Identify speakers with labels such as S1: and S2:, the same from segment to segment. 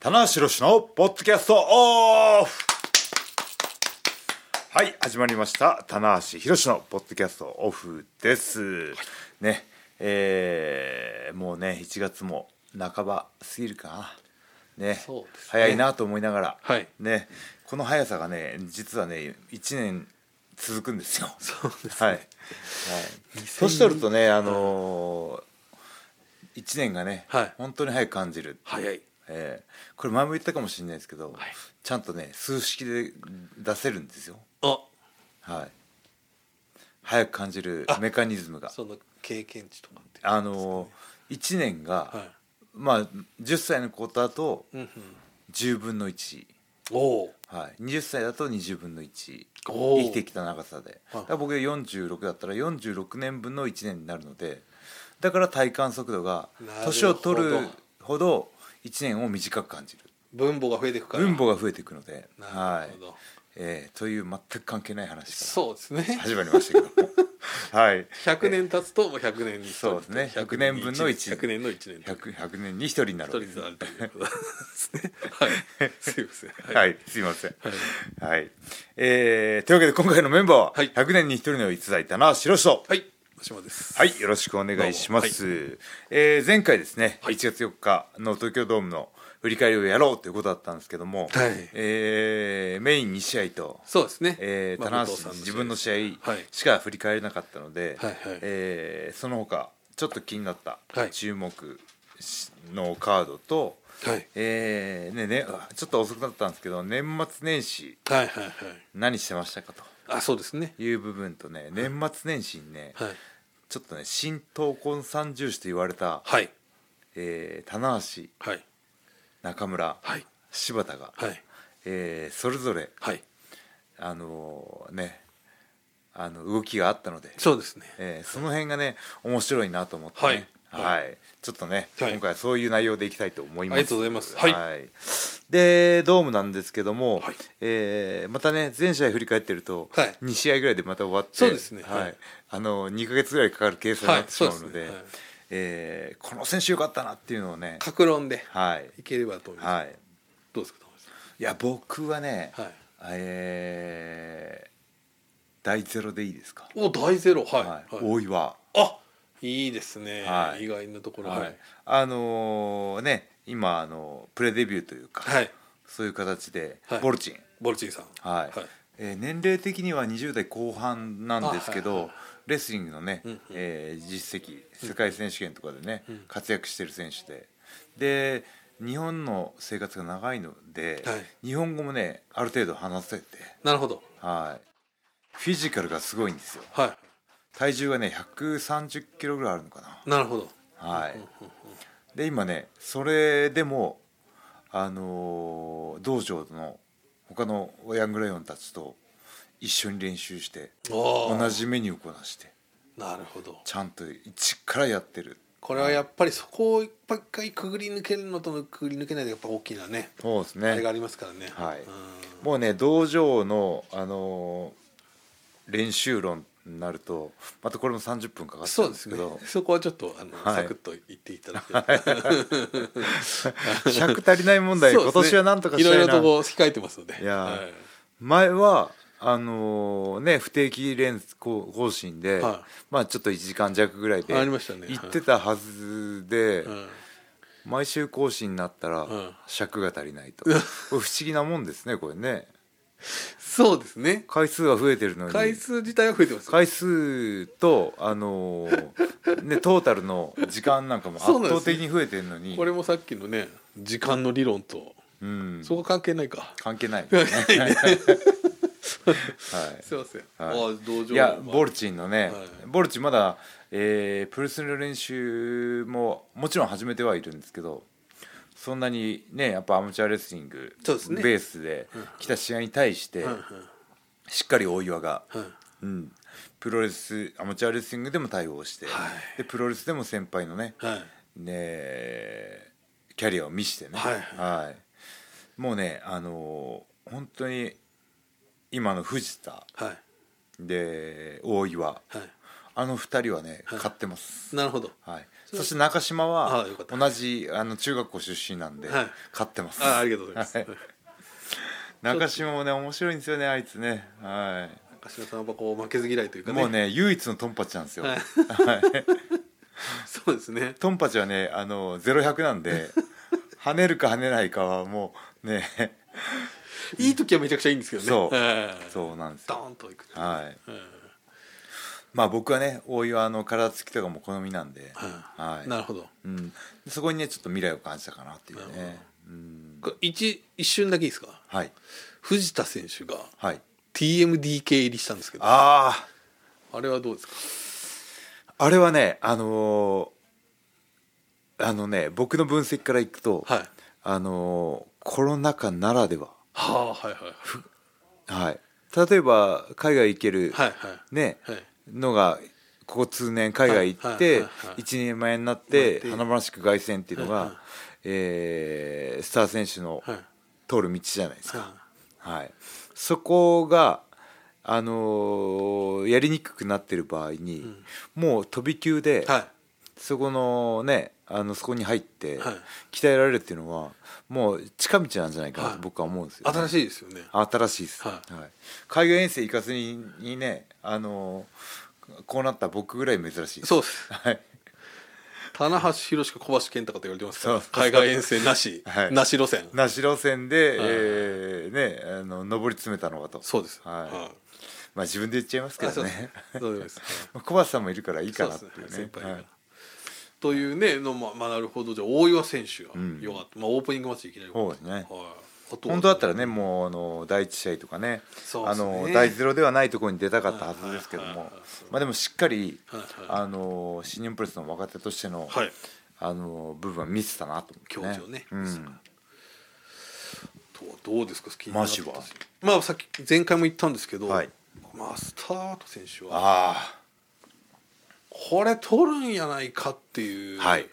S1: 棚橋宏のポッドキャストオフはい始まりました棚橋宏のポッドキャストオフです、ねえーもうね1月も半ば過ぎるかなね
S2: そうですね
S1: 早いなと思いながら、
S2: はい
S1: ねこの速さがね実はね1年続くんですよ
S2: そうですね
S1: はい、はい、年取るとねあのー、1年がね、
S2: はい
S1: 本当に早く感じる
S2: 早い
S1: えーこれ前も言ったかもしれないですけど、
S2: はい
S1: ちゃんとね数式で出せるんですよ
S2: あ
S1: はい早く感じるメカニズムが
S2: その経験値とかって
S1: あのー、1年が、
S2: はい
S1: まあ10歳の子だと
S2: うんうん
S1: 10分の1、
S2: おお
S1: はい、20歳だと20分の1
S2: おー
S1: 生きてきた長さで
S2: は
S1: だ
S2: い
S1: から僕が46だったら46年分の1年になるのでだから体感速度が
S2: なるほど
S1: 年を取るほど1年を短く感じる
S2: 分母が増えていくから
S1: 分母が増えていくので、
S2: な
S1: は
S2: るほ
S1: い
S2: ど、
S1: えーという全く関係ない話か
S2: そうですね
S1: ら始まりましたけども はい
S2: 100年経つともう100年に
S1: そうですね100年分の一
S2: 100年の1年と
S1: 100, 100年に一人にな
S2: 一人
S1: る
S2: であるということですねはい すいません
S1: はい、
S2: はい
S1: すいませんはい、えーというわけで今回のメンバーは
S2: はい
S1: 100年に一人の逸材だな白人
S2: はい真島です
S1: はい、よろしくお願いします。えー前回ですね、
S2: はい
S1: 1月4日の東京ドームの振り返りをやろうということだったんですけども、
S2: はい
S1: えーメイン2試合と、
S2: そうですね
S1: えー
S2: まあ
S1: 棚
S2: 後
S1: 橋
S2: 藤さんの試合
S1: 自分の試合
S2: はい
S1: しか振り返れなかったので、
S2: はいはい
S1: えーその他ちょっと気になった
S2: はい
S1: 注目しのカードと、
S2: はい
S1: えーねね、ちょっと遅くなったんですけど年末年始
S2: はいはいはい
S1: 何してましたか
S2: あそうですね
S1: という部分とね年末年始にね、
S2: はい
S1: ちょっとね新闘魂三重士と言われた、
S2: はい
S1: えー棚橋
S2: はい
S1: 中村、
S2: はい
S1: 柴田が、
S2: はい
S1: えーそれぞれ
S2: はい
S1: あのーねあの動きがあったので、
S2: そうですね
S1: えーその辺がね面白いなと思ってね、
S2: はいはい
S1: はいちょっとね、
S2: はい
S1: 今回はそういう内容でいきたいと思います。
S2: ありがとうございますはい
S1: でドームなんですけども、
S2: はい
S1: えーまたね全試合振り返ってると、
S2: はい
S1: 2試合ぐらいでまた終わって
S2: そうですね
S1: はい
S2: はい
S1: あの2か月ぐらいかかる計算になってしまうので,、
S2: はいそうですねはい
S1: えーこの選手よかったなっていうのをね
S2: 格論で
S1: はい、
S2: いければと思います
S1: はい、
S2: どうですか玉井さん
S1: いや僕はね、
S2: はい
S1: えー第ゼロでいいですか、
S2: お大ゼロはい、
S1: はい
S2: はい
S1: 大岩
S2: あいいですね、
S1: はい
S2: 意外なところ
S1: は
S2: はいい、
S1: あのーね今あのプレデビューというか、
S2: はい
S1: そういう形で、
S2: はい
S1: ボルチン、
S2: ボルチンさん
S1: はい
S2: はい
S1: えー年齢的には20代後半なんですけど、
S2: あはいはい
S1: レスリングのね、
S2: うんうん
S1: えー実績世界選手権とかでね、
S2: うん
S1: 活躍してる選手でで日本の生活が長いので、
S2: は
S1: 日本語もねある程度話せて、
S2: なるほど
S1: はい、フィジカルがすごいんですよ
S2: は
S1: 体重がね130キロぐらいあるのかな。
S2: いなるほど
S1: はい
S2: うんうんうん
S1: で今ねそれでもあのー道場の他のヤングライオンたちと一緒に練習して
S2: おー
S1: 同じメニューをこなして
S2: なるほど
S1: ちゃんと一からやってる
S2: これはやっぱりそこを一回くぐり抜けるのとくぐり抜けないでやっぱ大きなね
S1: そうです
S2: あれがあ
S1: ね
S2: りますからね
S1: はい
S2: うん
S1: もうね道場の、あのー練習論になるとまたこれも30分かかっちゃ
S2: そううんで
S1: ですすけ
S2: ね
S1: ど
S2: そこはちょっとあの、
S1: はい
S2: サクッと言っていただければ
S1: 尺足りない問題、
S2: そうで
S1: 今
S2: すね
S1: 年はなんとかし
S2: い
S1: た
S2: ろ
S1: い
S2: いろと
S1: な
S2: こう控えてますので
S1: いやー
S2: はい
S1: 前はあのーね不定期連更更新で、
S2: はい
S1: まあちょっと1時間弱ぐらいで
S2: ありましたね
S1: 行ってたはずで、
S2: うん
S1: 毎週更新になったら
S2: うん
S1: 尺が足りない と、これ不思議なもんですねこれね
S2: そうですね
S1: 回数は増えてるのに
S2: 回数自体は増えてますよ
S1: 回数とあのーねトータルの時間なんかも圧
S2: そうなんです
S1: 倒的に増えてるのに
S2: これもさっきのね時間の理論と
S1: うん
S2: そこ関係ないか。
S1: 関係ない、
S2: 関
S1: は
S2: 係ないね
S1: い、
S2: すいません。
S1: はい
S2: ああ道
S1: い
S2: 場
S1: やボルチンのね、
S2: はい
S1: ボルチンまだ、えープロレスの練習ももちろん始めてはいるんですけどそんなにねやっぱアマチュアレスリング
S2: そうですね
S1: ベースで来た試合に対して、
S2: はい
S1: しっかり大岩が、
S2: はい
S1: うん、プロレスアマチュアレスリングでも対応して、
S2: はい
S1: でプロレスでも先輩のね
S2: はい
S1: ねキャリアを見してね、
S2: はい
S1: はいもうねあのー本当に今の藤田
S2: はい
S1: で大岩
S2: は
S1: あの二人はね、
S2: はい
S1: 買ってます。
S2: い。なるほど。
S1: はい。そして中島は
S2: あよかった
S1: 同じあの中学校出身なんで
S2: はい
S1: 勝ってます、
S2: あありがとうございます、
S1: は中島もね面白いんですよねあいつねは
S2: 中島さんはやっぱこう負けず嫌いという
S1: い
S2: かね
S1: もうね唯一のトンパチなんですよ、
S2: はい
S1: はい
S2: そうですね
S1: トンパチはねあの0100なん で跳ねるか跳ねないかはもうね
S2: いい時はめちゃくちゃいいんですけどね
S1: そう
S2: ええ
S1: そうなんです
S2: ド
S1: よ
S2: ーンといく
S1: はい
S2: え
S1: まあ僕はね大岩の体つきとかも好みなんで、
S2: え
S1: はい
S2: なるほど
S1: うん、そこにねちょっと未来を感じたかなっていう
S2: なる
S1: ね、うん、
S2: これ一一瞬だけいいですか
S1: はい
S2: 藤田選手が
S1: はい
S2: TMDK 入りしたんですけどあ
S1: あ
S2: れはどうですか
S1: ああれはねあのーあのね僕の分析からいくと、
S2: はい
S1: あのーコロナ禍ならでは、
S2: はあはいはい
S1: はい、例えば海外行ける、
S2: はいはい
S1: ね、
S2: はい
S1: のがここ通年海外行っ
S2: はい
S1: て
S2: はいはいはい
S1: 一人前になって
S2: はい
S1: 華々しく凱旋っていうの
S2: はいはい
S1: がえースター選手の
S2: はい
S1: 通る道じゃないですか。
S2: は
S1: はい、そこがあのーやりにくくなってる場合にもう飛び級で
S2: いはい
S1: そこのねあのそこに入って
S2: はい
S1: 鍛えられるっていうのはもう近道なんじゃないかな
S2: は
S1: と
S2: い
S1: 僕は思うんですよね、
S2: 新しいですよね
S1: 新しいです、
S2: はい
S1: はい海外遠征行かずににねあのーこうなった僕ぐらい珍しいです
S2: そうです
S1: はい
S2: 棚橋宏か小橋健太かと言われてますから
S1: そう
S2: 海外遠征なし、
S1: はい
S2: なし路線
S1: 那智路線で、
S2: はい
S1: えーねあの上り詰めたのかと
S2: そうです
S1: はい
S2: は
S1: まあ自分で言っちゃいますけ
S2: あ
S1: ど
S2: そうです
S1: ね
S2: そうです
S1: 小橋さんもいるから いいかなってい
S2: そう
S1: うね
S2: ですね先輩が、
S1: はい
S2: というねのままあなるほどじゃあ大岩選手がよかった、まあオープニングマッチいきなり良かっ
S1: そうです
S2: た
S1: ね
S2: はいあとは
S1: 本当だったらねもうあの第一試合とかね
S2: そうで
S1: あ
S2: すね
S1: の第ゼロではないところに出たかったはずですけど
S2: はいはい
S1: も
S2: はいはいそう
S1: まあでもしっかり
S2: はいはい
S1: あの新日本プロレスの若手としての、
S2: はい
S1: あの部分は見せたなと
S2: 教
S1: 思って、
S2: 授をね、
S1: うん、
S2: とどうですか気にな
S1: マ
S2: って
S1: ジ
S2: ま
S1: は
S2: すまあさっき前回も言ったんですけど、
S1: はい
S2: マスタート選手は
S1: あ
S2: これ取るんやないかっていう
S1: はい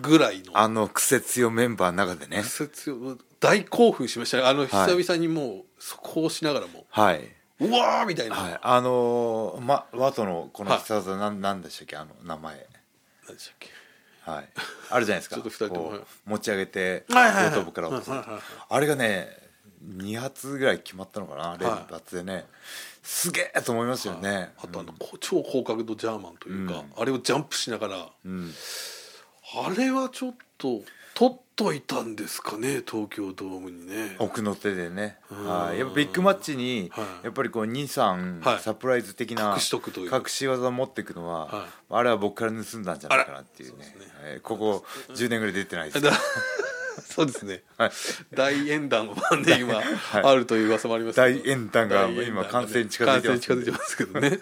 S2: ぐらいの
S1: ああの癖強メンバーの中でね
S2: 節を大興奮しましたねあの久
S1: はい
S2: 々にもうそこをしながらも、
S1: はいう
S2: わーみたいな、
S1: はいあのー、まワトのこの
S2: はい
S1: 必殺技なんなんでしたっけあの名前
S2: 何でしたっけ
S1: はいあるじゃないですか
S2: ちょっと二人とも
S1: こ
S2: はいう
S1: 持ち上げて
S2: はいはいはい
S1: 後頭部から落とす
S2: はいはいはい
S1: あれがね2発ぐらい決まったのかな連発でね、すげえと思いますよね
S2: あとあの、こ超高角度ジャーマンというか、あれをジャンプしながら、
S1: うん、
S2: あれはちょっと取っといたんですかね東京ドームにね
S1: 奥の手でね、
S2: ん
S1: はい、やっぱビッグマッチに
S2: はい
S1: やっぱりこう23、
S2: はい
S1: サプライズ的な
S2: 隠しとくという
S1: 隠し技を持っていくのは、
S2: はい
S1: あれは僕から盗んだんじゃないかなっていうね
S2: あらそうですね
S1: えーここ10年ぐらい出てないです、
S2: だ そうですね、
S1: はい、
S2: 大演談の番 で今、
S1: い
S2: あるという噂もありますけど
S1: 大演壇が
S2: 大演壇
S1: 今完成に近づいてます
S2: 完成に近づいてますけど ね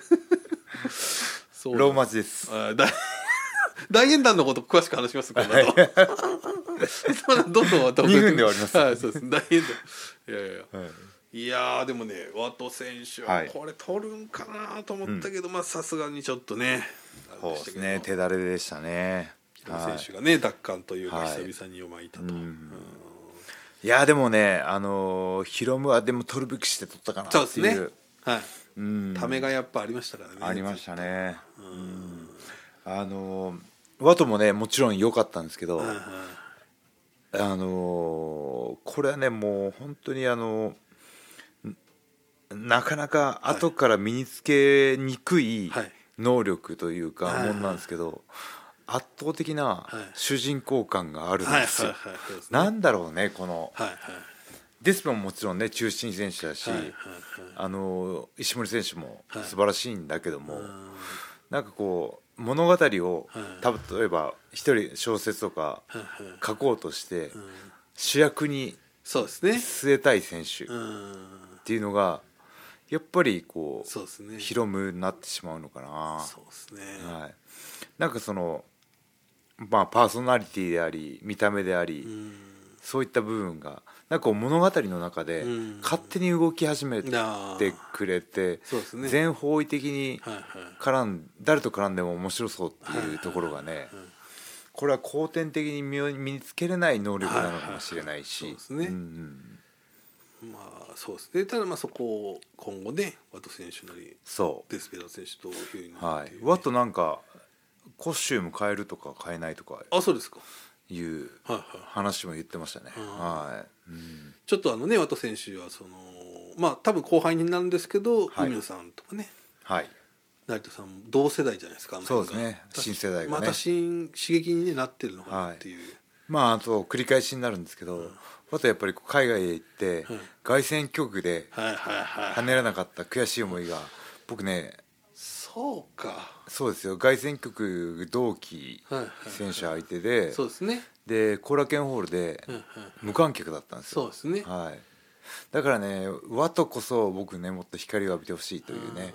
S2: そう
S1: ローマ字です
S2: あー大 大演談のこと詳しく話しますこの後そうなんどんどんどん どん
S1: 二分で終わります
S2: はいそうです大演談いやいやいや
S1: はい
S2: いやーでもねワト選手
S1: は
S2: はいこれ取るんかなと思ったけど、まあさすがにちょっとね
S1: そうで
S2: あれした
S1: す
S2: けど
S1: ね手だれでしたね
S2: 平野
S1: は
S2: 選手がね、奪還というか
S1: はい
S2: 久々に4枚いたと、
S1: い、いやでもねあのーヒロムはでも取るべきして取ったかな
S2: そう
S1: っ
S2: で
S1: て
S2: す
S1: いう
S2: ねはい
S1: うん
S2: ためがやっぱありましたからね
S1: ありましたねうんあのーワトもねもちろん良かったんですけど、
S2: うんうん
S1: あのーこれはねもう本当にあのんなかなか後から身につけにくい
S2: はい
S1: 能力というか
S2: はい
S1: もんなんですけど、圧倒的ない主人公感があるん
S2: はいはいはい
S1: ですよ。
S2: そうですね
S1: なんだろうねこの
S2: はいはい
S1: デスペももちろんね中心選手だし、
S2: はいはいはい
S1: あのー石森選手も
S2: はい
S1: 素晴らしいんだけども、
S2: うん
S1: なんかこう物語を、
S2: は
S1: 例えば一人小説とか
S2: はいはい
S1: 書こうとして、
S2: うん
S1: 主役に
S2: そうですね
S1: 据えたい選手っ
S2: うん
S1: ていうのがやっぱりこ
S2: そうです
S1: う
S2: ね
S1: 広むになってしまうのかな、
S2: そうですね、
S1: はい、なんかそのまあパーソナリティであり見た目であり、
S2: うん
S1: そういった部分がなんかこう物語の中で
S2: うん
S1: 勝手に動き始めて
S2: なあ
S1: くれて
S2: そうですね
S1: 全方位的に
S2: はいはい
S1: 絡ん誰と絡んでも面白そうっていうところがねこれは後天的に身を身につけれない能力なのかもしれないし
S2: はいはいそうで
S1: ん
S2: すね
S1: うん
S2: まあそうですねただまあそこを今後ねワト選手なり
S1: そう
S2: デスペラー選手とヒューイング
S1: は
S2: ってい
S1: い、
S2: うね
S1: ワットなんかコスチューム変えるとか変えないとか
S2: あそうですか
S1: いう
S2: はいはい
S1: 話も言ってましたね。はい。うん
S2: ちょっとあのね和田選手はそのまあ多分後輩になるんですけど、
S1: はい
S2: 海野さんとかね
S1: はい。
S2: 成田さんも同世代じゃないですかあの辺が
S1: そうですね新世代がね
S2: また新刺激にねなってるのかなっていう、
S1: まああと繰り返しになるんですけど、あとやっぱりこう海外へ行って
S2: うん
S1: 凱旋局で
S2: はい、はいはいはい
S1: 跳ねらなかった悔しい思いが僕ね
S2: そうか
S1: そうですよ凱旋局同期
S2: はいはい
S1: 選手相手で
S2: そうですね
S1: で後楽園ホールで
S2: うんうん
S1: 無観客だったんですよ
S2: そうですね
S1: はい、だからね和とこそ僕ねもっと光を浴びてほしいというね、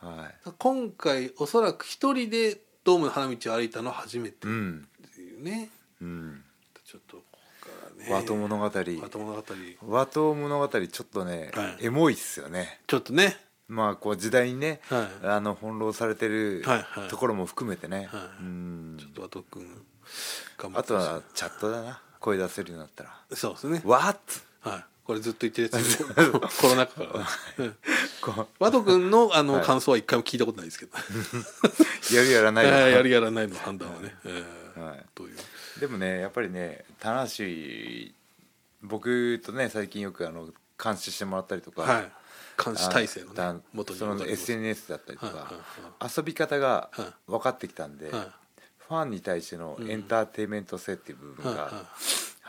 S1: は
S2: 今回おそらく一人でドームの花道を歩いたのは初め
S1: い、
S2: て
S1: う
S2: っ
S1: ん
S2: ていうね、
S1: うん
S2: ちょっとここからね
S1: 和と物語
S2: 和と物語
S1: 和と物語ちょっとね、
S2: はい
S1: エモいっすよね
S2: ちょっとね
S1: まあこう時代にね、
S2: はい
S1: あの翻弄されてる
S2: はいはい
S1: ところも含めてね、
S2: はい
S1: うん
S2: ちょっと和と君頑張
S1: あ
S2: って
S1: と
S2: ほしい
S1: はチャットだな声出せるようになったら
S2: そうですね
S1: 「わっ!」つ
S2: はいこれずっと言ってるや つコロナ禍からうん
S1: こ
S2: 和と君のあの、
S1: はい
S2: 感想は一回も聞いたことないですけど
S1: うやるやら ない
S2: えー や
S1: や
S2: るやらないの判断はね、えー
S1: はい
S2: という
S1: でもねやっぱりね棚橋僕とね最近よくあの監視してもらったりとか、
S2: はい監視体制
S1: あ
S2: のね
S1: だ
S2: 元に
S1: その
S2: 戻ります
S1: SNS だったりとか、
S2: はいはい
S1: 遊び方が
S2: は
S1: 分かってきたんで、
S2: はい
S1: ファンに対してのエンターテインメント性っていう部分が、
S2: はい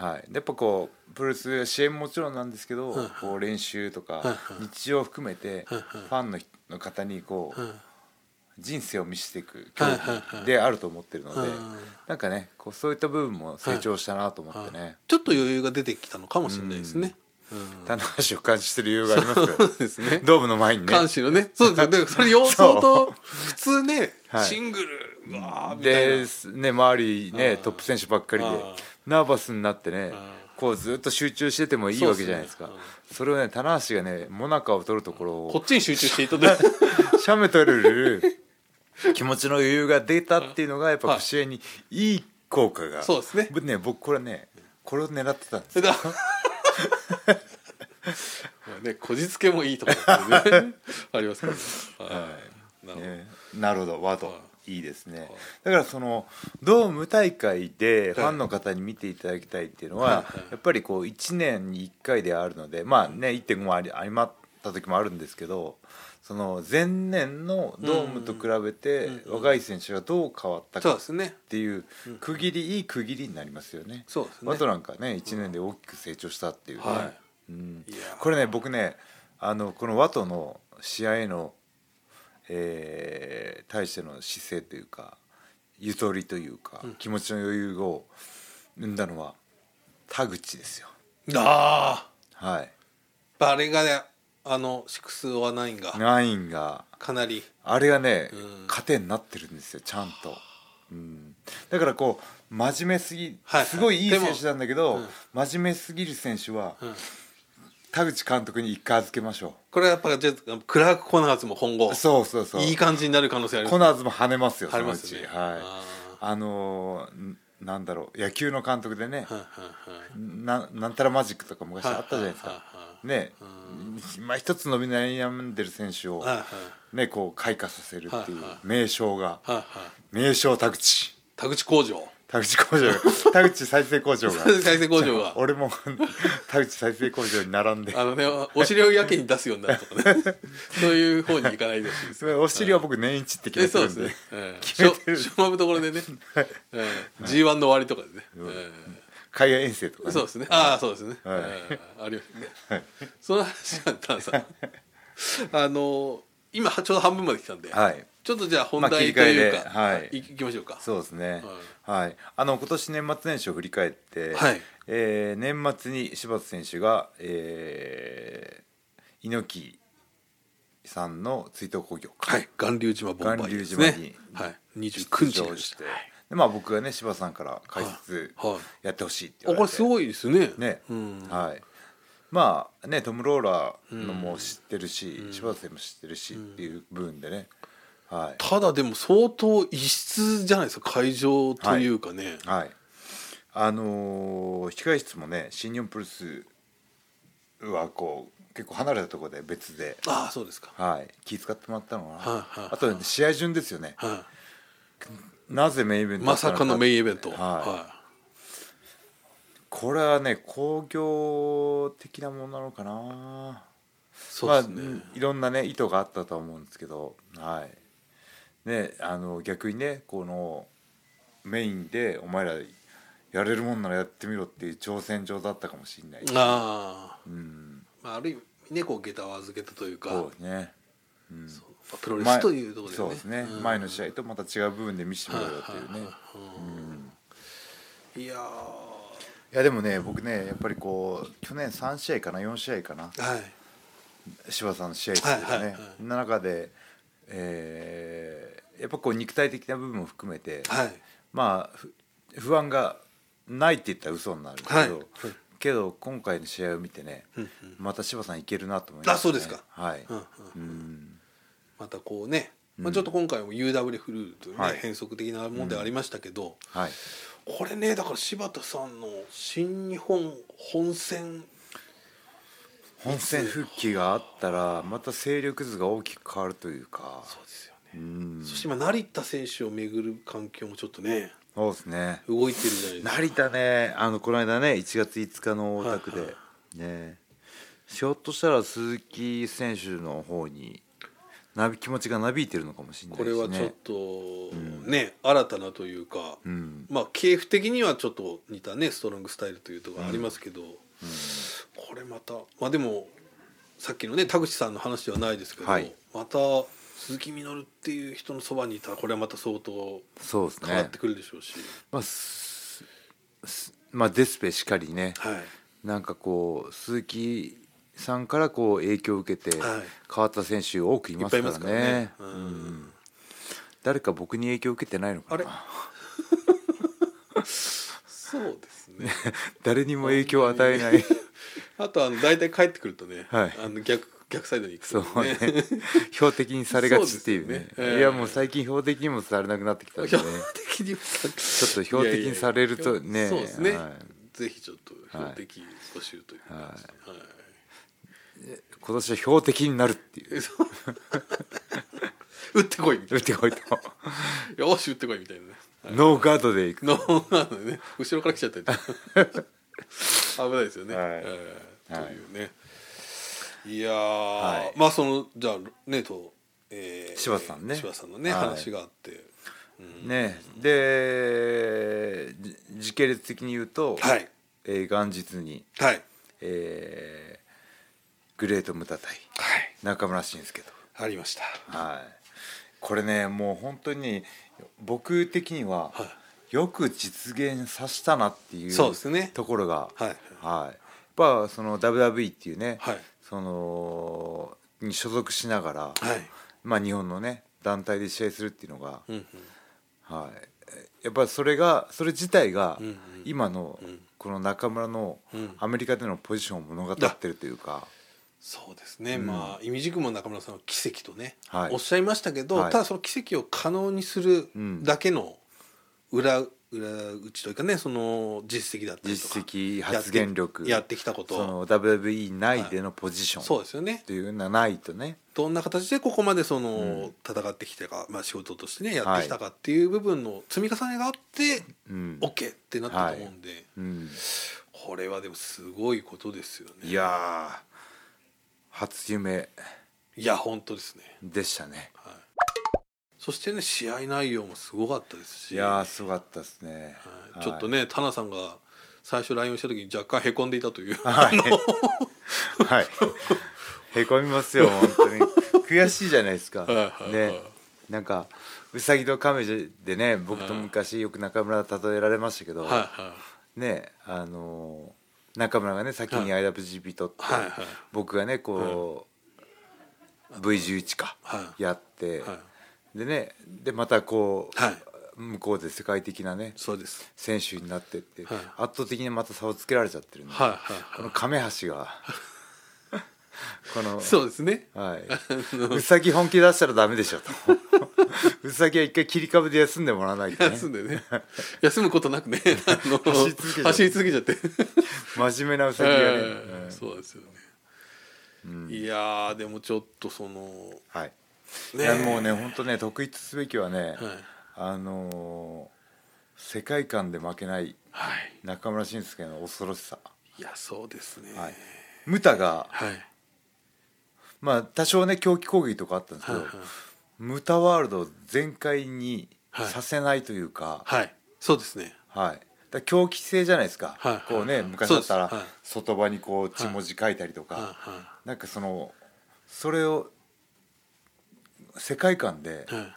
S2: は
S1: はいでやっぱこうプロレス支援もちろんなんですけど、
S2: はいはい
S1: こう練習とか、
S2: はいはい
S1: 日常を含めて、
S2: はいはい
S1: ファンの人の方にこう、
S2: うん
S1: 人生を見せていく競
S2: はいはいは
S1: 技
S2: い
S1: であると思ってるので、
S2: はい
S1: なんかねこうそういった部分も成長したなと思ってね、
S2: はいちょっと余裕が出てきたのかもしれないですね。うん
S1: 棚橋を監視してる理由がありますから
S2: そうですね
S1: ドームの前にね
S2: 監視のね、そうですね。でそれ
S1: そ
S2: 要
S1: う
S2: 相当普通ね、
S1: はい
S2: シングルうわーみたい
S1: で
S2: な。
S1: ね周り
S2: あ
S1: ね
S2: ー
S1: トップ選手ばっかりで
S2: あー
S1: ナーバスになってね
S2: あ
S1: こうずっと集中しててもいいわけじゃないですか
S2: そうっすね
S1: それをね棚橋がねモナカを取るところを
S2: こっちに集中していただい て、
S1: シャメ取れる気持ちの余裕が出たっていうのがやっぱ
S2: はい
S1: 試合にいい効果が
S2: そうですね
S1: ぶね僕これねこれを狙ってたんです
S2: それでまあね、こじつけもいいところだったんでねありますからね。 はい。なるほど。
S1: ねなるほどワード
S2: はい
S1: いですね
S2: い
S1: だからそのドーム大会でフ
S2: はい
S1: ァンの方に見ていただきたいっていうの
S2: はい
S1: は
S2: はい
S1: やっぱりこう1年に1回であるのでまあね1.5もありありまった時もあるんですけどその前年のドームと比べて
S2: うん
S1: 若い選手がどう変わった
S2: そう
S1: か
S2: で
S1: っ
S2: すね。
S1: ていう区切りいい区切りになりますよね。
S2: そうですね
S1: ワトなんかね1年で大きく成長したっていうね、
S2: は
S1: うん
S2: いや
S1: これね僕ねあのこのワトの試合への、えー対しての姿勢というかゆとりというか、気持ちの余裕を生んだのは田口ですよ
S2: あ
S1: はい
S2: あ、あれがね、あのシックスオアナインが
S1: ナインが
S2: かなり。
S1: あれがね、
S2: うん
S1: 糧になってるんですよちゃんと、うん、だからこう真面目すぎ、
S2: はいはい
S1: すごいいい
S2: でも
S1: 選手なんだけど、
S2: うん
S1: 真面目すぎる選手は、
S2: うん
S1: 田口監督に一回預けましょ
S2: これはやっぱじゃあクラークコナーズも今後
S1: うそうそうそう
S2: いい感じになる可能性あります
S1: コナーズも跳ねますよ、
S2: あ
S1: そ
S2: り
S1: の
S2: ま
S1: う
S2: す
S1: ち。
S2: よね
S1: は
S2: あ
S1: い。あのー、んなんだろう、野球の監督でね、
S2: はいはいはい
S1: ななんたらマジックとか昔あったじゃないです
S2: はい
S1: か
S2: は。
S1: ね、まあ一つ伸び悩んでる選手を
S2: いはいはいはい
S1: ね、こう開花させるっていう
S2: はいはい
S1: 名称が、
S2: はいはい
S1: 名称田口。
S2: 田口工場
S1: 田口工場 が、田口再生工場が。
S2: 再生工場が
S1: 俺も田口再生工場に並んで
S2: あ。のねお尻をやけに出すようになるとかねそういう方に行かないでほしいです
S1: それお尻は僕年一って
S2: え
S1: 決
S2: そう
S1: め
S2: で
S1: て
S2: す
S1: るんで。、
S2: ねええ、
S1: 決めてる
S2: 勝負どころでね、ええ、G1 の終わりとかでね、え
S1: 海外遠征とか
S2: え、
S1: ね。
S2: そうですねああそうですね、
S1: はい
S2: ええありますね、その話がたさんあの今ちょうど半分まで来たんで、
S1: はい。
S2: ちょっとじゃあ本
S1: まあ切り替
S2: 題という
S1: えで
S2: か、
S1: はい
S2: い、きましょうか
S1: そうですね。はい。あの今年年末年始を振り返って、
S2: はい
S1: えー年末に柴田選手が、えー、猪木さんの追悼興行会
S2: はい、巌流島ボンバイですね。
S1: 巌流島に
S2: はい、二十九
S1: 出
S2: 日
S1: 場
S2: でし
S1: してて、。でまあ僕がね柴田さんから解説
S2: はいはい
S1: やってほしいって
S2: あ
S1: 言
S2: こ
S1: わ
S2: れ
S1: れて、
S2: すごいですね。
S1: ね、
S2: うん、
S1: はい。まあねトム・ローラーのも知ってるし、柴田選手も知ってるしっていう部分でね、はい。
S2: ただでも相当異質じゃないですか会場というかね。
S1: はい、あのー控室もね新日本プロレスはこう結構離れたところで別で、
S2: ああそうですか。
S1: はい、気遣ってもらったのかな、
S2: はいはいはい
S1: あと、ね、試合順ですよね
S2: は
S1: なぜメインイベントだ
S2: ま
S1: った
S2: さかのメインイベント
S1: はい
S2: は
S1: これはね工業的なものなのかな
S2: いそうですね、
S1: まあ、いろんなね意図があったとは思うんですけど、はいね、あの逆にねこのメインでお前らやれるもんならやってみろっていう挑戦状だったかもしれないし、
S2: ああ
S1: うん、
S2: まあ、ある意味ねこう下駄を預けてというか
S1: そうですね、うん、
S2: そうまあプロレスというところで、ね、
S1: そうですね、
S2: ん
S1: 前の試合とまた違う部分で見せてもらうっていうね、
S2: はいいはいはいうんいやー
S1: やでもね僕ねやっぱりこう去年3試合かな4試合かな
S2: はい
S1: 柴田さんの試合数がね、
S2: はいはいはい
S1: そんな中で、えーやっぱこう肉体的な部分も含めて、
S2: はい
S1: まあふ不安がないって言ったら嘘になるけど、
S2: はいはい
S1: けど今回の試合を見てね、
S2: うんうん
S1: また柴田さんいけるなと思いました、ね、
S2: あそうですか
S1: はい、
S2: うんうん
S1: うん
S2: またこうね、まあ、ちょっと今回も UWF ルールというね、
S1: はい
S2: 変則的なものでありましたけど、
S1: はい
S2: これねだから柴田さんの新日本本戦
S1: 本戦復帰があったらまた勢力図が大きく変わるというか
S2: そうです
S1: う
S2: よね、
S1: ん
S2: そして今成田選手を巡る環境もちょっとね
S1: そうですね
S2: 動いてるじゃないですか
S1: 成田ねあのこの間ね1月5日の大田区で、
S2: はいは
S1: ねひょっとしたら鈴木選手の方になび気持ちがなびいてるのかもしれない
S2: こ
S1: です
S2: れ
S1: ね
S2: はちょっとね、新たなというか、
S1: うん
S2: まあ系譜的にはちょっと似たねストロングスタイルというところありますけど、これまたまあでもさっきのね田口さんの話ではないですけど、
S1: はい
S2: また鈴木みのるっていう人のそばにいたらこれはまた相当
S1: そうです
S2: 変わっ
S1: ね
S2: てくるでしょうし、
S1: まあすすまあデスペしかりね、
S2: はい
S1: なんかこう鈴木さんからこう影響を受けて
S2: はい
S1: 変わった選手多くい
S2: い
S1: ま
S2: っぱい
S1: す
S2: い
S1: から
S2: ます
S1: ね,、
S2: からね。うん
S1: 誰か僕に影響を受けてないのか
S2: あれ
S1: な
S2: そうですね。
S1: 誰にも影響を与えない
S2: あとあの大体帰ってくるとね、
S1: はい
S2: あの逆逆サイドに行く
S1: そう
S2: と
S1: ね 標的にされがちっていうね
S2: そうですよねええ
S1: いやもう最近標的にもされなくなってきたん でね
S2: 標的にち
S1: ょっと標的にされるとね
S2: そうですね、
S1: は
S2: ぜひちょっと標的募集という感じではい
S1: 今年は標的になるって いう
S2: えそう 打ってこいみた
S1: 打
S2: い
S1: ってこいと
S2: なよし打ってこいみたいなね
S1: ノーガードでいく
S2: ノーなのね後ろから来ちゃった りとか危ないですよね、
S1: はい
S2: えー
S1: はい
S2: というねいやー、
S1: はい
S2: まあそのじゃあねと、えー
S1: 柴田さんね
S2: 柴田さんのね、
S1: はい
S2: 話があって
S1: ねでじ時系列的に言うと、
S2: はい
S1: えー元日に、
S2: はい
S1: えーグレートムタ対
S2: はい
S1: 中村慎介と
S2: ありました
S1: はい、これねもう本当に僕的には、
S2: は
S1: よく実現させたなっていう
S2: そうですね
S1: ところが、
S2: はい
S1: はい、やっぱその WWE っていうね、
S2: はい
S1: そのに所属しながら、
S2: はい
S1: まあ、日本のね団体で試合するっていうのが、
S2: うんうん
S1: はい、やっぱそれがそれ自体が、
S2: うんうん
S1: 今の、この中村の
S2: うん
S1: アメリカでのポジションを物語ってるというか、
S2: そうですね、まあ意味軸も中村さんは奇跡とね、
S1: はい
S2: おっしゃいましたけど、
S1: はい
S2: ただその奇跡を可能にする
S1: うん
S2: だけの裏,、裏打ちというかねその実績だったりとか
S1: 実績発言力
S2: やってやってきたこと
S1: その WWE 内でのポジション、
S2: そうですよね
S1: っていうのはないとね
S2: どんな形でここまでその、戦ってきたか、まあ、仕事としてねやってきたかっていう部分の積み重ねがあって、
S1: うん
S2: OK ってなったと思うんで、
S1: うん、
S2: これはでもすごいことですよね
S1: いやー初夢
S2: いや本当ですね
S1: でしたね
S2: そしてね試合内容もすごかったですし
S1: いやーすごかったですね、
S2: ちょっと
S1: ね
S2: ね、タナさんが最初 LINE をした時に若干へこんでいたという、
S1: はい
S2: あの
S1: はいへこみますよ本当に悔しいじゃないですか
S2: はいはいはい
S1: ねなんかうさぎと亀でね僕と昔よく中村例えられましたけど、
S2: はいは
S1: ねあのー中村がね先に IWGP 取って、
S2: はいはい
S1: 僕がねこう、V11 か、
S2: はい
S1: やって、
S2: は
S1: でねでまたこう、
S2: はい
S1: 向こうで世界的なね
S2: そうです
S1: 選手になってって、
S2: はい
S1: 圧倒的にまた差をつけられちゃってるんで、
S2: はいはい
S1: こ
S2: は
S1: の亀橋がこの
S2: いそうですね
S1: はいうさぎ本気出したらダメでしょとうさぎは一回切り株で休んでもらわないとね
S2: 休んでね休むことなくねあの
S1: 走り続けちゃう
S2: 走り続けちゃって
S1: 真面目なうさぎがね、
S2: ええそうですよね、いやーでもちょっとその
S1: はい、
S2: ね
S1: いやもうね本当ね特筆すべきはね、
S2: い
S1: あのー世界観で負けない
S2: はい
S1: 中村俊輔の恐ろしさ、
S2: いやそうですね
S1: はい、ムタが、
S2: はい
S1: まあ、多少ね狂気攻撃とかあったんですけ
S2: はい
S1: ど、
S2: はい
S1: ムタワールドを全開にさせないというか、
S2: はいそうですね
S1: はいだから狂気性じゃないですか、
S2: はいはい
S1: こうね
S2: はい
S1: 昔だったら
S2: そうですはい
S1: 外場にこう血文字書いたりとか、
S2: はいは
S1: なんかそのそれを世界観で
S2: いはい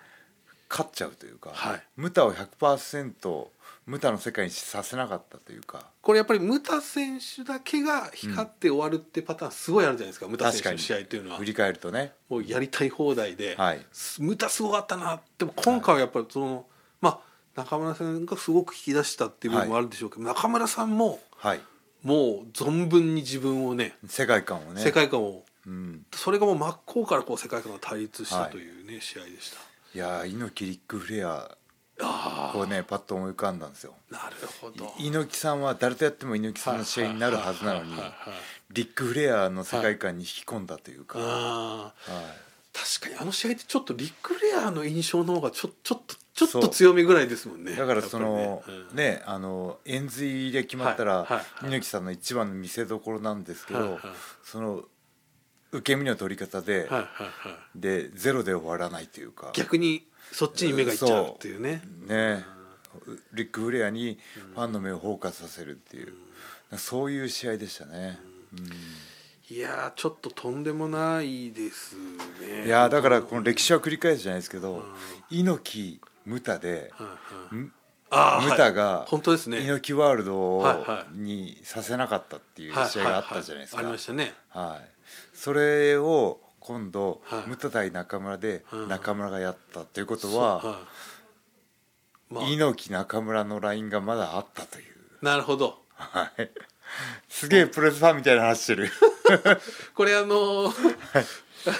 S1: 勝っちゃうというか、
S2: はい
S1: ムタを100%ムタの世界にさせなかったというか
S2: これやっぱりムタ選手だけが光って終わるってパターンすごいあるじゃないですか、ムタ選手の試合というのは
S1: 振り返るとね
S2: もうやりたい放題で、
S1: はい
S2: すムタすごかったなでも今回はやっぱりその、まあ中村さんがすごく引き出したっていう部分もあるでしょうけど、中村さんも
S1: はい
S2: もう存分に自分をね
S1: 世界観をね
S2: 世界観を
S1: うん、
S2: それがもう真っ向からこう世界観が対立したというね、試合でした
S1: いやー猪木リック・フレア
S2: あ
S1: こうねパッと思い浮かんだんですよ
S2: あなるほど
S1: い猪木さんは誰とやっても猪木さんの試合になるはずなのに
S2: はいはいはいはい
S1: リック・フレアの世界観に引き込んだというか、は
S2: ああ
S1: い
S2: 確かにあの試合ってちょっとリック・レアの印象の方がちょちょっとちょっ
S1: そ
S2: と
S1: う
S2: 強めぐらいですもんね
S1: だからそ
S2: やっ
S1: の
S2: ぱりねうん
S1: ね,、あの円髄で決まったら、
S2: はいはい
S1: 猪木さんの一番の見せどころなんですけど、
S2: はいはい
S1: その受け身の取り方で、
S2: はいはいはい
S1: でゼロで終わらないというか
S2: 逆にそっちに目がいっちゃうっていうね
S1: ねリック・フレアにファンの目をフォーカスさせるっていう、そういう試合でしたね。
S2: いやーちょっととんでもないですね
S1: いやーだからこの歴史は繰り返すじゃないですけど、猪木ムタで、
S2: はいはい
S1: ん
S2: あー
S1: ムタ
S2: は
S1: が
S2: い本当ですね
S1: 猪木ワールド
S2: はいは
S1: にさせなかったっていう試合があったじゃないですか。
S2: はははあり
S1: は
S2: ましたね
S1: い。それを今度、
S2: はい
S1: ムタ対中村で
S2: うん
S1: 中村がやったということ
S2: そう
S1: は、
S2: はいまあ
S1: 猪木中村のラインがまだあったという。
S2: なるほど
S1: はい。すげえプロレスファンみたいな話してる。
S2: これあのー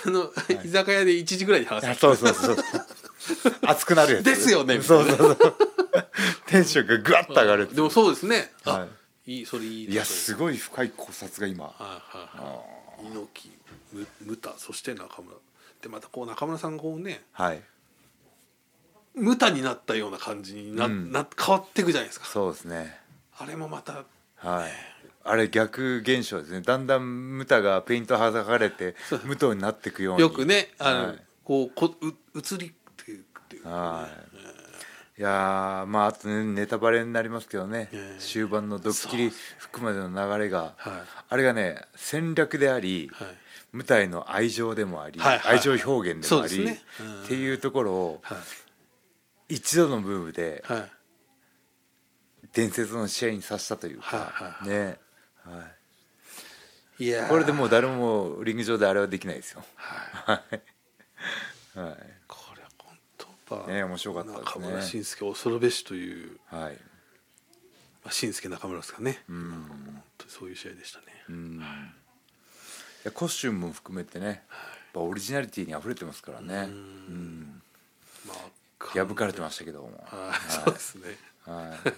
S2: あの居酒屋で1時ぐらいに話す
S1: あ そうそうそう。 熱くなるやつ。
S2: ですよね
S1: そうそうそう。 テンションがぐわっと上がるやつ
S2: でもそうですねあ、、
S1: はい
S2: いそれいい
S1: いやす
S2: ご
S1: ごい深い考察が今
S2: はいはいはい猪木むムタそして中村でまたこう中村さんがこうね
S1: はい
S2: ムタになったような感じにな,、
S1: うん
S2: な変わっていくじゃないですか
S1: そうですね
S2: あれもまた
S1: はいあれ逆現象ですねだんだんムタがペイントはがれて無糖になっていくように
S2: よくねあの、
S1: はい
S2: こうこう移りっていうっていうか
S1: は
S2: ね
S1: いいやーまああとねネタバレになりますけどね
S2: ええ
S1: 終盤のドッキリ含までの流れが
S2: はい
S1: あれがね戦略であり
S2: はい
S1: 舞台の愛情でもあり
S2: はいはい
S1: 愛情表現でもあ
S2: そう
S1: り
S2: ですねうん
S1: っていうところを
S2: はい
S1: 一度のブームで
S2: はい
S1: 伝説の試合にさせたという
S2: はいはい
S1: か
S2: はい
S1: ねはい
S2: いやー
S1: これでもう誰もリング上であれはできないですよ。はい。は
S2: これは本当やっぱ
S1: ね面白かったですね
S2: 中村信介恐るべしという
S1: い。はい。
S2: まあ信介中村ですかね本当にそういう試合でしたね
S1: うん。いやコスチュームも含めてね、やっぱオリジナリティに溢れてますからね。うん。
S2: まあ
S1: 破かれてましたけども。
S2: はいそうですね
S1: はい。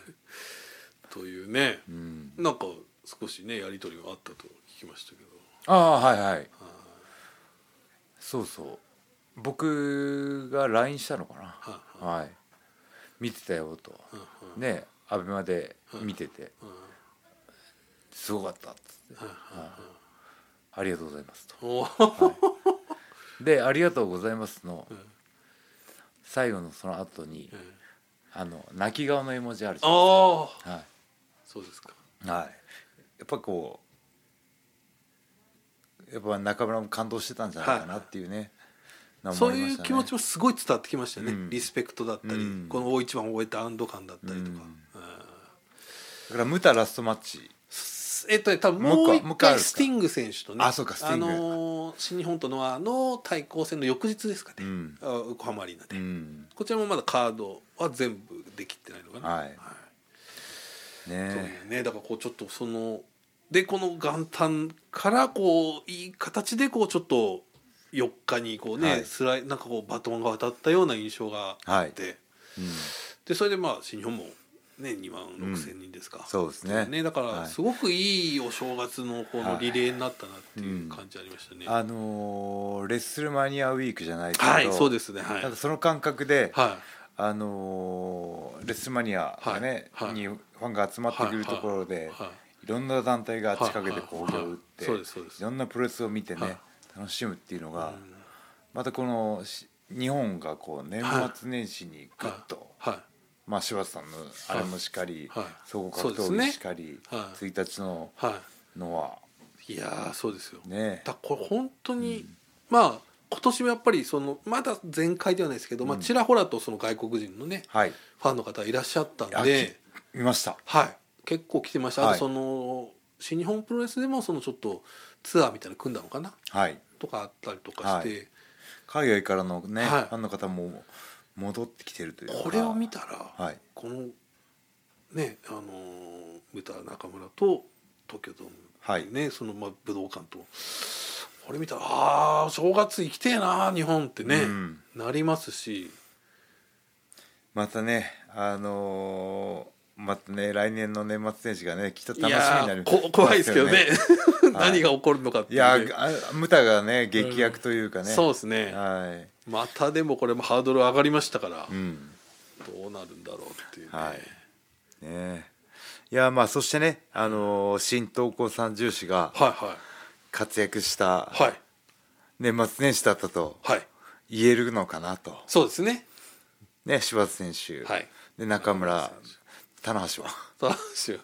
S2: というね
S1: うん。
S2: なんか少しねやり取りがあったと聞きましたけど
S1: ああはいはい。そうそう。僕が LINE したのか
S2: は
S1: な。はい。見てたよと。
S2: いはい
S1: ね、アベマで見てて
S2: うんうん
S1: すごかったっつって。ありがとうございますと。
S2: おー
S1: で「ありがとうございますの」最後のその後に、
S2: うん
S1: あの泣き顔の絵文字あるじゃん
S2: ああ
S1: は
S2: そうですか
S1: い、はい、やっぱこうやっぱ中村も感動してたんじゃないかなっていうね、
S2: そういう気持ち
S1: も
S2: もすごい伝わってきましたよね、
S1: うん
S2: リスペクトだったり、
S1: うん
S2: この大一番を終えた安堵感だったりとか、うん
S1: だからムタラストマッチ
S2: えっとね多分
S1: もう一個もう一
S2: もう一
S1: 個あるん
S2: 回
S1: です
S2: ス
S1: か
S2: ティング選手とね
S1: あそうかスティング
S2: あのー新日本とノアの対抗戦の翌日ですかね、
S1: うん
S2: あ横浜アリーナ
S1: う
S2: で、
S1: ん
S2: こちらもまだカードは全部できてないのかな、
S1: はい
S2: とい
S1: ね
S2: うねだからこうちょっとそのでこの元旦からこういい形でこうちょっと4日にこうね、
S1: はい
S2: スライなんかこうバトンが渡ったような印象があって、
S1: え、うん、
S2: でそれでまあ新日本もね2万6千人ですか、
S1: そうですね
S2: だか
S1: は
S2: ら
S1: い
S2: すごくいいお正月のこ
S1: は
S2: の
S1: い
S2: リレーになったなっていう感じありましたね、
S1: あのーレッスルマニアウィークじゃないけど
S2: はいそうですねはい、
S1: な
S2: は
S1: ん
S2: い
S1: かその感覚で、あのーレスマニアがね、
S2: はいはい
S1: にファンが集まってくるところで、い
S2: はいはい
S1: ろんな団体が近くで興
S2: はい
S1: 行
S2: はいはい
S1: を打って、
S2: そう
S1: い
S2: ですそうです
S1: ろんなプロレスを見てね、
S2: はい
S1: 楽しむっていうのが、
S2: うん
S1: またこのし日本がこう年末年始にぐっと、
S2: は
S1: まあ柴田さんのあれもしかり、
S2: はい
S1: 総合格
S2: そ
S1: 闘
S2: うで
S1: 技
S2: すね
S1: しかり、
S2: はい
S1: 1日の
S2: いは
S1: のはい
S2: いやーそうですよ
S1: ね
S2: だこれ本当に、まあ今年もやっぱりそのまだ全開ではないですけど、まあ、ちらほらとその外国人のね、
S1: はい
S2: ファンの方いらっしゃったん
S1: あ
S2: で、
S1: き見ました
S2: はい、結構来てました、あ
S1: はい
S2: とその新日本プロレスでもそのちょっとツアーみたいなの組んだのかな
S1: はい
S2: とかあったりとかして、
S1: 海外からのね、
S2: はい
S1: ファンの方も戻ってきてるというか
S2: これを見たら、
S1: はい
S2: このねあのー舞台中村と東京ドーム、
S1: はい
S2: ねそのまあ武道館とこれ見たらあー正月行きてえな日本ってね、
S1: うん
S2: なりますし
S1: またねあのーまたね来年の年末年始がねきっと楽しみになり
S2: いやーこ怖いですけどね
S1: ますよはい
S2: 何が起こるのかって
S1: い
S2: いうね、
S1: やあムタがね劇薬というかね、
S2: そうですね
S1: はい
S2: またでもこれもハードル上がりましたから、
S1: うん
S2: どうなるんだろうっていうね、
S1: はいねいやまあそしてねあのー新東高三重士が
S2: はいは
S1: 活躍した
S2: いはい
S1: 年末年始だったと
S2: はい
S1: 言えるのかなと、
S2: そうですね
S1: ね柴田選手、
S2: はい
S1: で中村棚橋は
S2: そうですよ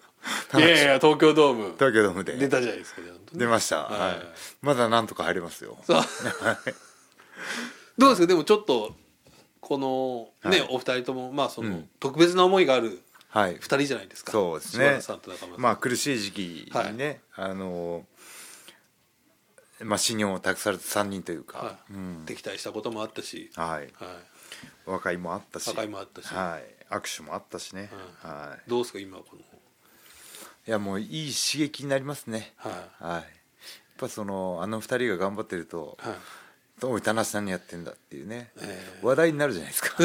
S2: いやいや東京ドーム
S1: 東京ドームで
S2: 出たじゃないですかちゃんとね
S1: 出ました、はい
S2: はい
S1: まだなんとか入れますよ
S2: そうどうですかでもちょっとこのね、
S1: はい
S2: お二人ともまあその、
S1: うん
S2: 特別な思いがある
S1: はい
S2: 二人じゃないですか
S1: そうです
S2: 島
S1: ね
S2: 田さんと中村さん、
S1: まあ苦しい時期にね、あのまあ信用を託された3人というか、
S2: は
S1: う
S2: い
S1: ん
S2: 敵対したこともあったし、
S1: はい、
S2: はい、
S1: 和解もあったし
S2: 和解もあったし
S1: はい、握手もあったしね、
S2: うん
S1: はい
S2: どうですか今この
S1: いやもういい刺激になりますね
S2: はい
S1: はいやっぱそのあの二人が頑張ってると
S2: はい
S1: 「おい田無何やってんだ」っていうね、
S2: え
S1: 話題になるじゃない ですか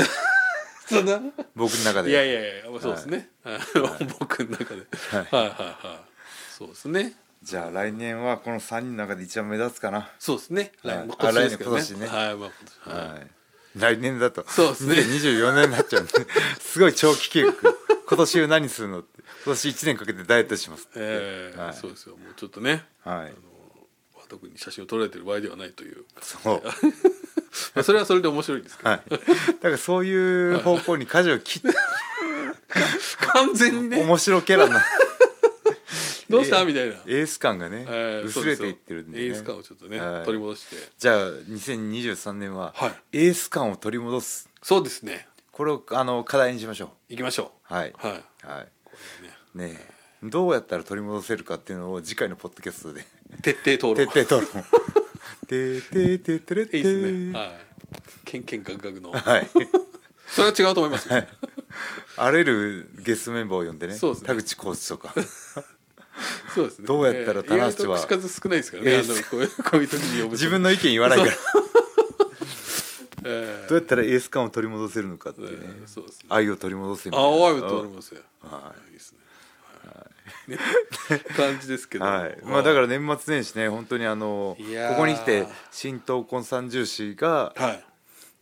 S2: そんな
S1: 僕の中で
S2: いやいやいやまあそうですね、はい 僕の中で、はい、はいはいそうですね
S1: じゃあ来年はこの3人の中で一番目立つかな
S2: そうですね
S1: はい
S2: 来年まあ今年ですけど
S1: あ
S2: ね
S1: 来年今年ね
S2: はいまあ今年はい
S1: はい来年だと
S2: そうですね
S1: 24年になっちゃうんで すごい長期計画今年は何するのって今年1年かけてダイエットしますって
S2: ええ
S1: はい
S2: そうですよもうちょっとね
S1: はい
S2: まあ特に写真を撮られてる場合ではないという、
S1: そう
S2: まあ、それはそれで面白いんです けど、
S1: はいだからそういう方向に舵を切って
S2: 完全 にね
S1: 面白キャラな
S2: どうしたみたいな、
S1: エース感 がね、
S2: ええ
S1: 薄れていってるんで、ね、
S2: エース感をちょっとね、
S1: はい
S2: 取り戻して
S1: じゃあ2023年は、
S2: はい
S1: エース感を取り戻す
S2: そうですね
S1: これをあの課題にしましょう
S2: 行きましょう
S1: はい
S2: はい
S1: はい
S2: これね
S1: ねえどうやったら取り戻せるかっていうのを次回のポッドキャストで
S2: 徹底討
S1: 徹
S2: 論
S1: 底討論ててててれて
S2: いいですねはいケンケンガクガクの
S1: はい
S2: それは違うと思い ますよ
S1: あらゆるゲストメンバーを呼んでね
S2: そうですね
S1: 田口コーチとか
S2: そうですね
S1: どうやったら
S2: ええ
S1: 棚橋は
S2: 意外と口数少ないですからね
S1: エ
S2: あ
S1: ース
S2: のこういうこういう時に呼ぶと
S1: 自分の意見言わないから
S2: ええ
S1: どうやったらエース感を取り戻せるのかっていうね
S2: ええそうですね
S1: 愛を取り戻せみたいな
S2: 青々と思いますよ
S1: はい
S2: いいですねね感じですけど
S1: はいまあ、だからら年末年始ね本当にあのこ
S2: いやー
S1: こに来て新東根三重士が、
S2: はい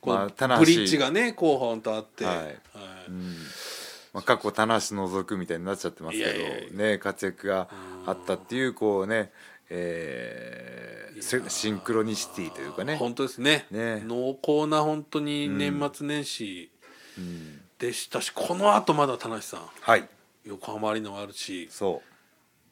S2: こ
S1: まあ棚
S2: の
S1: 橋
S2: ブリッジがね後半とあって
S1: はい
S2: は
S1: うんまあ、過去棚橋除くみたいになっちゃってますけど
S2: いやいやいや
S1: ね、活躍があったっていうこうね、えーせシンクロニシティというかね、
S2: 本当ですね
S1: ね
S2: 濃厚な本当に年末年始でしたしこの後まだ田無さん
S1: はい
S2: 横浜アリーナもあるし
S1: そ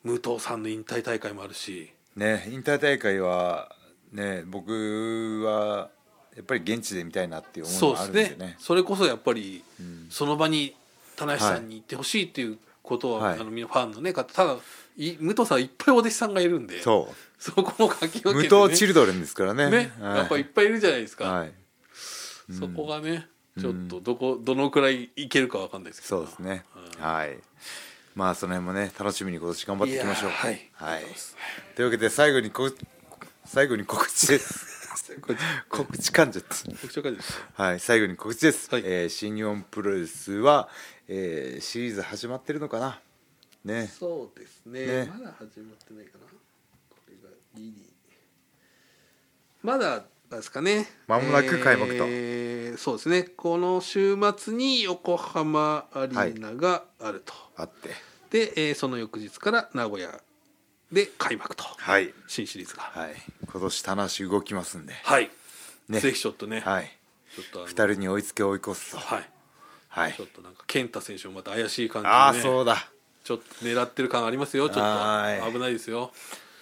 S2: 武藤さんの引退大会もあるし
S1: うね引退大会はね僕はやっぱり現地で見たいなっていう思い
S2: そう
S1: もあ
S2: で
S1: る
S2: す
S1: んでね
S2: ねそれこそやっぱり、その場に田無さんに行ってほしいっていうことは、
S1: はい
S2: あのみんなファンのね方ただい武藤さんはいっぱいお弟子さんがいるんで
S1: そ
S2: そこの書き分け
S1: う
S2: で、ね、
S1: 無糖チルドレンですからね
S2: ね、
S1: はい、
S2: やっぱいっぱいいるじゃないですか、
S1: はい、
S2: そこがねちょっとどこどのくらいいけるかわかんないですけど
S1: そうですね、はいまあその辺もね楽しみに今年頑張っていきましょう
S2: いやーはい
S1: はい、というわけで最後にこ最後に告知です
S2: こっち
S1: 告知感じゃった
S2: こっちの感じです
S1: はい、最後に告知です、
S2: はい
S1: えー新日本プロレスは、えーシリーズ始まってるのかなね
S2: そうですね
S1: ね
S2: まだ始まってないかなこれがリリーまだなんですかね
S1: 間もなく開幕と
S2: えーーそうですねこの週末に横浜アリーナがあると、
S1: あって
S2: で、えーその翌日から名古屋で開幕と、
S1: はい
S2: 新シリーズがはい、
S1: はい今年棚橋動きますんでね
S2: ぜひちょっとね、
S1: はい
S2: ちょっとあの
S1: 二人に追いつけ追い越すぞ
S2: はい
S1: はい
S2: ちょっとなんか健太選手もまた怪しい感じで、ね、
S1: ああそうだ
S2: ちょっと狙ってる感ありますよちょ
S1: は
S2: っ
S1: ー
S2: と
S1: い
S2: 危ないですよ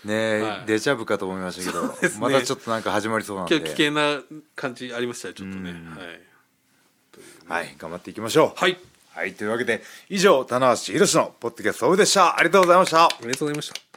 S1: ねえ、
S2: はい
S1: デジャブかと思いましたけど、
S2: そうですね
S1: またちょっとなんか始まりそうなん
S2: 今
S1: で
S2: 日危険な感じありましたよちょっとね
S1: うん
S2: は
S1: は
S2: い、
S1: い頑張っていきましょう
S2: はい、
S1: はい、というわけで以上棚橋宏のポッドキャストオフでしたありがとうございました
S2: ありがとうございました